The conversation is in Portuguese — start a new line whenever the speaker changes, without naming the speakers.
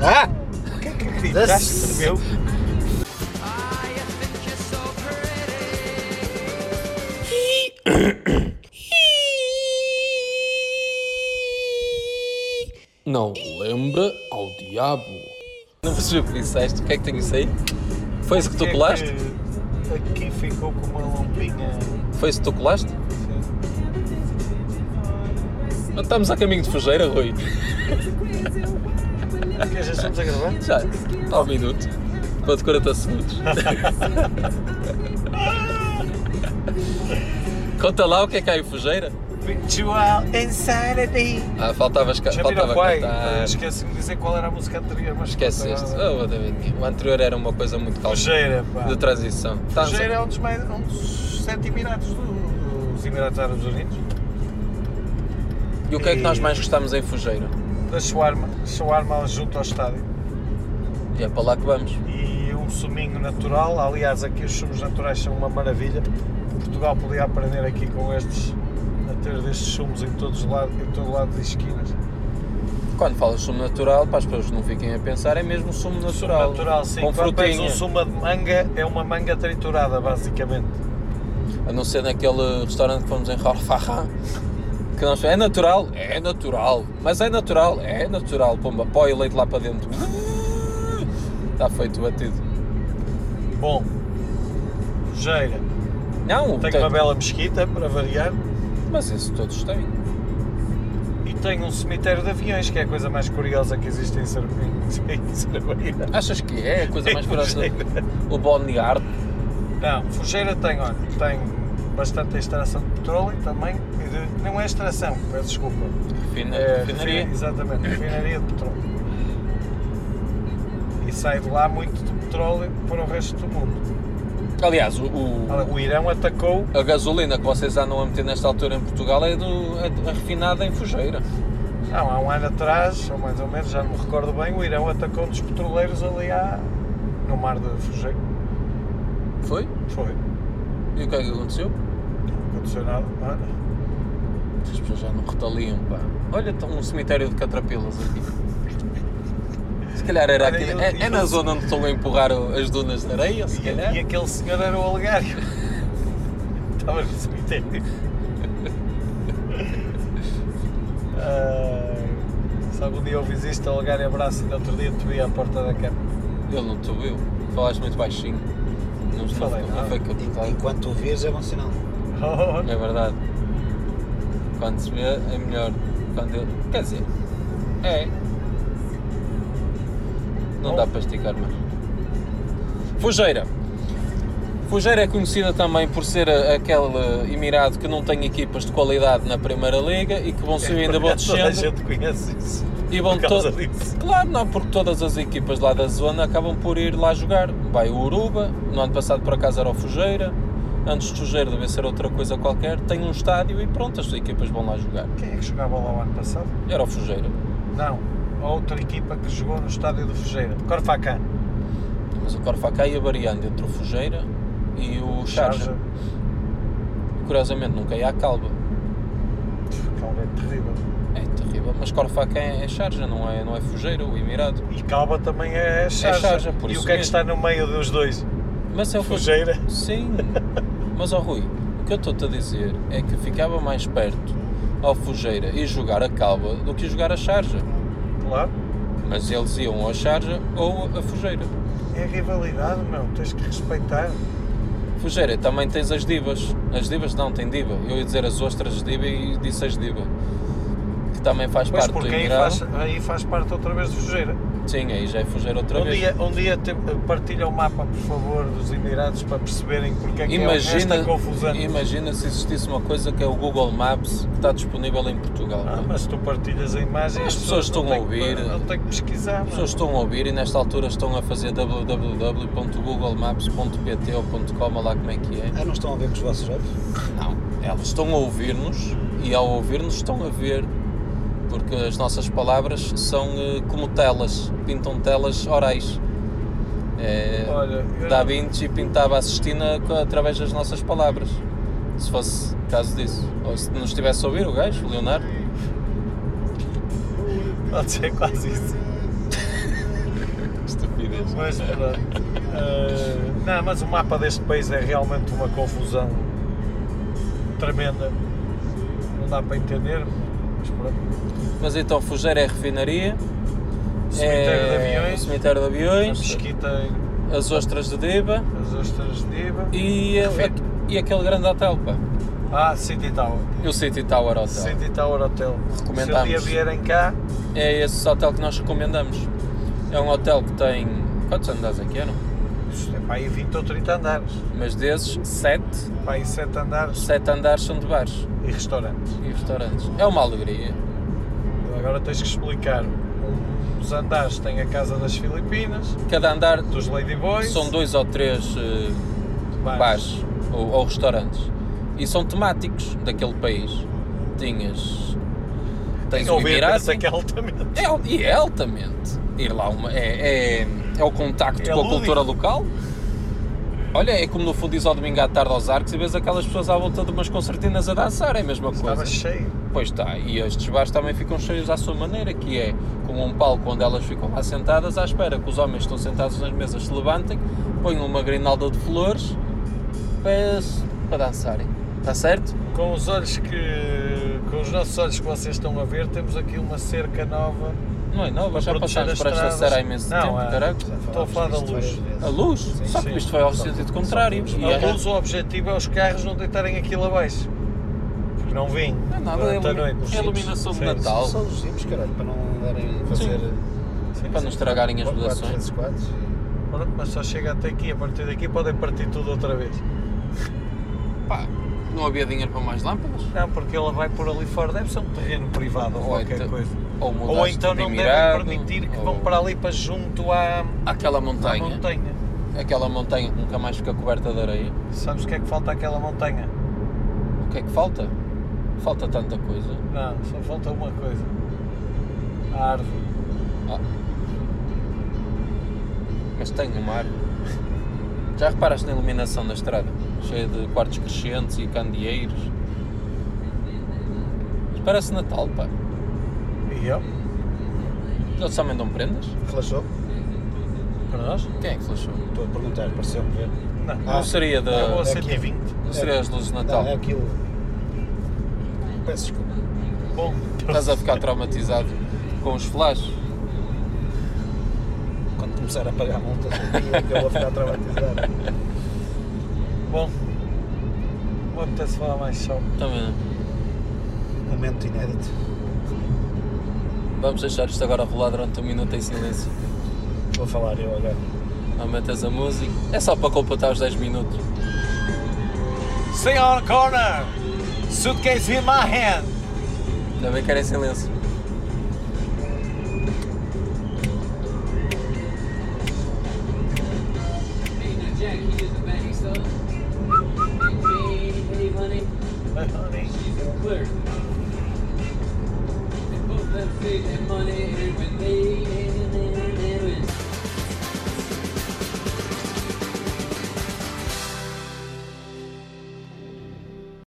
Ah!
que acreditaste que escreveu?
Não lembra ao diabo. Não percebi o que disseste. O que é que tenho isso aí? Foi isso que tu
Porque é
colaste?
que Aqui ficou com uma lombinha.
Foi isso que tu colaste?
assim.
Não estamos a caminho de Fujeira, Rui.
Que já estamos a gravar?
Já, está um minuto. Quanto 40 segundos. Conta lá o que é que há em Fujeira.
Ritual Insanity.
Ah, faltavas ca-
Já
faltava
viram qual?
cantar.
Esqueci-me de dizer qual era a música anterior, mas.
Esqueceste. Oh, David, o anterior era uma coisa muito calma.
Fujeira, pá.
De transição. Tá-
Fujeira é um dos, mais, um dos sete Emirados do- dos Emirados Árabes Unidos.
E o que é que nós mais gostamos em Fujeira?
Da Shawarma. Shawarma junto ao estádio.
E é para lá que vamos.
E um suminho natural. Aliás, aqui os sumos naturais são uma maravilha. Portugal podia aprender aqui com estes, a ter destes sumos em, todos os lados, em todo lado de esquinas. Um
Quando falas sumo natural, para as pessoas não fiquem a pensar, é mesmo sumo natural.
Sumo natural, sim.
Com
Quando tens
frutinha.
um sumo de manga, é uma manga triturada, basicamente.
A não ser naquele restaurante que fomos em Rorfarrã, que nós é natural, é natural, mas é natural, é natural, pomba, pó e leite lá para dentro. Está feito o batido.
Bom, Jeira.
Não,
Tem
tem-
uma bela mesquita, para variar.
mas isso todos têm.
E tem um cemitério de aviões, que é a coisa mais curiosa que existe em Ser- em Cerveira.
Achas que é a coisa mais curiosa? O Bonniard,
Não, Fujeira tem, olha, tem bastante extração de petróleo também. e de- não é extração, peço desculpa.
refina-
É,
refinaria.
refina- Exatamente, refinaria de petróleo. E sai de lá muito de petróleo para o resto do mundo.
Aliás, o, o-
Ora, O Irão atacou
a gasolina que vocês andam a meter nesta altura em Portugal é, do, é do- é refinada em Fujeira.
Não, há um ano atrás, ou mais ou menos, já não me recordo bem, o Irão atacou um dos petroleiros ali à... no mar de Fujeiro.
Foi?
Foi,
E o que é que aconteceu?
não aconteceu nada. Olha,
As pessoas já não retaliam, pá. Olha, está um cemitério de catrapilas aqui. Se calhar era
Olha,
aqui.
eu-
É, é
eu-
na zona onde estão a empurrar o- as dunas de areia, se
E, e
calhar.
aquele senhor era o Olegário. Estava no cemitério. Ai, se algum dia ouvis isto, Olegário abraço e no outro dia te vi à porta da cama.
Ele não te ouviu. Falaste muito baixinho. Não estou
Falei
não
nada.
foi que eu te falei.
Enquanto o vês é bom sinal.
Oh,
É verdade. Quando se vê, é melhor. Quando eu... Quer dizer, é. Não dá para esticar mais. Fujeira. Fujeira é conhecida também por ser a- aquele eh, emirado que não tem equipas de qualidade na Primeira Liga e que vão subir ainda vão
É, Toda a
descendo.
gente conhece isso.
E vão
por causa
to-
disso.
Claro, não, porque todas as equipas lá da zona acabam por ir lá jogar. Vai o Uruba, no ano passado por acaso era o Fujeira, antes de Fujeira deve ser outra coisa qualquer, tem um estádio e pronto, as equipas vão lá jogar.
Quem é que jogava lá o ano passado?
Era o Fujeira.
Não, a outra equipa que jogou no estádio do Fujeira, Corfacan.
Mas o Corfacá ia variando entre o Fujeira e o Charja.
Charja.
Curiosamente, nunca é ia à Calva.
Calva é terrível.
É terrível, mas Corfacá é Charja, não é, não é Fujeira, o Emirado.
E Calva também é charja.
Charja, por
e
isso
o que é que
mesmo.
está no meio dos dois?
Mas é o que eu-
Fujeira.
Sim, mas ó Rui, o que eu estou-te a dizer é que ficava mais perto ao Fujeira e jogar a Calva do que jogar a Charja.
Claro.
Mas eles iam à Charja ou a Fujeira.
É rivalidade, meu. Tens que respeitar.
Fujeira, também tens as divas. As divas não, tem diva. Eu ia dizer as ostras de diva e disse as diva. Que também faz
Pois,
parte do
porque aí
Emirado.
faz, aí faz parte outra vez do Fujeira.
Sim, aí já é Fujeira outra
Um
vez.
dia, um dia te- partilha o mapa, por favor, dos Emirados para perceberem porque é que é
Imagina,
esta confusão.
imagina se existisse uma coisa que é o Google Maps que está disponível em Portugal.
Ah,
não é?
mas tu partilhas a imagem
As
e
pessoas
não
estão a
têm que-
ouvir.
Não tem que pesquisar,
As
mano.
pessoas estão a ouvir e nesta altura estão a fazer www.googlemaps.pt ou .com, ou lá como é que é.
Ah, não estão a ver com os vossos olhos?
Não, elas estão a ouvir-nos e ao ouvir-nos estão a ver, porque as nossas palavras são eh, como telas, pintam telas orais. É,
Olha, eu-
da Vinci pintava a Sistina co- através das nossas palavras, se fosse caso disso. Ou se nos estivesse a ouvir o gajo, o Leonardo.
Pode ser quase isso.
Estupidez.
Mas pronto. Eh, não, mas o mapa deste país é realmente uma confusão tremenda. Não dá para entender. Mas pronto.
Mas então, Fujeira é refinaria.
Cemitério
é
de aviões.
Cemitério de
A
aviões.
mesquita em
As ostras de Deba.
as ostras de Diva.
E,
Perfeito.
a- e aquele grande hotel, pá.
Ah, City Tower.
E o City Tower Hotel.
City Tower Hotel. Se um dia
Recomendamos.
vierem cá,
É esse hotel que nós recomendamos. É um hotel que tem. Quantos andares aqui eram?
isto é para aí 20 ou 30 andares.
Mas desses, 7.
Para aí 7 andares
7 andares são de bares
e restaurantes.
e restaurantes. É uma alegria.
Agora tens que explicar. Um dos andares tem a Casa das Filipinas,
Cada andar
dos Ladyboys.
são dois ou três eh,
bares.
bares ou, ou restaurantes. E são temáticos daquele país. Tinhas. Tens o
Ou bem,
Emirato.
pensa que é altamente.
É, al- e é altamente. Ir lá uma- é, é, é o contacto
É
com a
lúdico.
cultura local. Olha, é como no fundo diz ao domingo à tarde aos arcos e vês aquelas pessoas à volta de umas concertinas a dançar, é a mesma coisa.
Estava cheio.
Pois está, e estes bares também ficam cheios à sua maneira, que é como um palco onde elas ficam lá sentadas à espera que os homens que estão sentados nas mesas se levantem, ponham uma grinalda de flores para, para dançarem. Está certo?
Com os olhos que. Com os nossos olhos que vocês estão a ver, temos aqui uma cerca nova.
Não é nova, já
para proteger
passámos
as
por esta
estradas.
será há imenso
Não,
tempo,
é-
caraca.
Estou a falar da luz.
A luz? Só que
sim.
isto foi ao sentido contrário. E
A
era-
luz, o objetivo é os carros não deitarem aquilo abaixo. Porque não vim.
Não é nada, é
durante a
ilumi-
noite.
é iluminação de
Sim,
Natal.
Só os jipes, caralho, para não andarem a fazer
sim,
é para
sim.
não estragarem as vedações.
4x4.
Pronto, mas só chega até aqui. A partir daqui podem partir tudo outra vez.
Pá, não havia dinheiro para mais lâmpadas?
Não, porque ela vai por ali fora. Deve ser um terreno privado ou
Ou
qualquer
então-
coisa.
Ou mudaste
Ou então
de
não
emirado,
devem permitir que
ou-
vão para ali para junto à,
Aquela
à
montanha,
montanha.
aquela montanha que nunca mais fica coberta de areia.
Sabes o que é que falta àquela montanha?
O que é que falta? Falta tanta coisa.
Não, só falta uma coisa. A árvore.
Mas tem um mar. Já reparaste na iluminação da estrada? Cheia de quartos crescentes e candeeiros. Mas Parece Natal, pá.
E eu?
Eles também dão prendas?
Flashou?
Para nós?
Quem é que flashou?
Estou a perguntar, pareceu-me ver.
Não.
Ah,
não seria da.
Eu vou a
é
120.
Não seria as luzes de Natal.
Não, é aquilo. Peço desculpa.
Bom,
Estás a ficar traumatizado com os flashes.
Quando começar a pagar multas, eu que eu vou ficar traumatizado.
bom. Não apetece falar mais só.
Também não.
Momento inédito.
Vamos deixar isto agora rolar durante um minuto em silêncio.
Vou falar eu agora.
Aumentas a música. É só para completar os 10 minutos.
Sing on corner! Suitcase in my hand!
Ainda bem que era em silêncio.
Jack, he is a baggy son. Hey, hey, honey, clear. They both them feet and money and with me.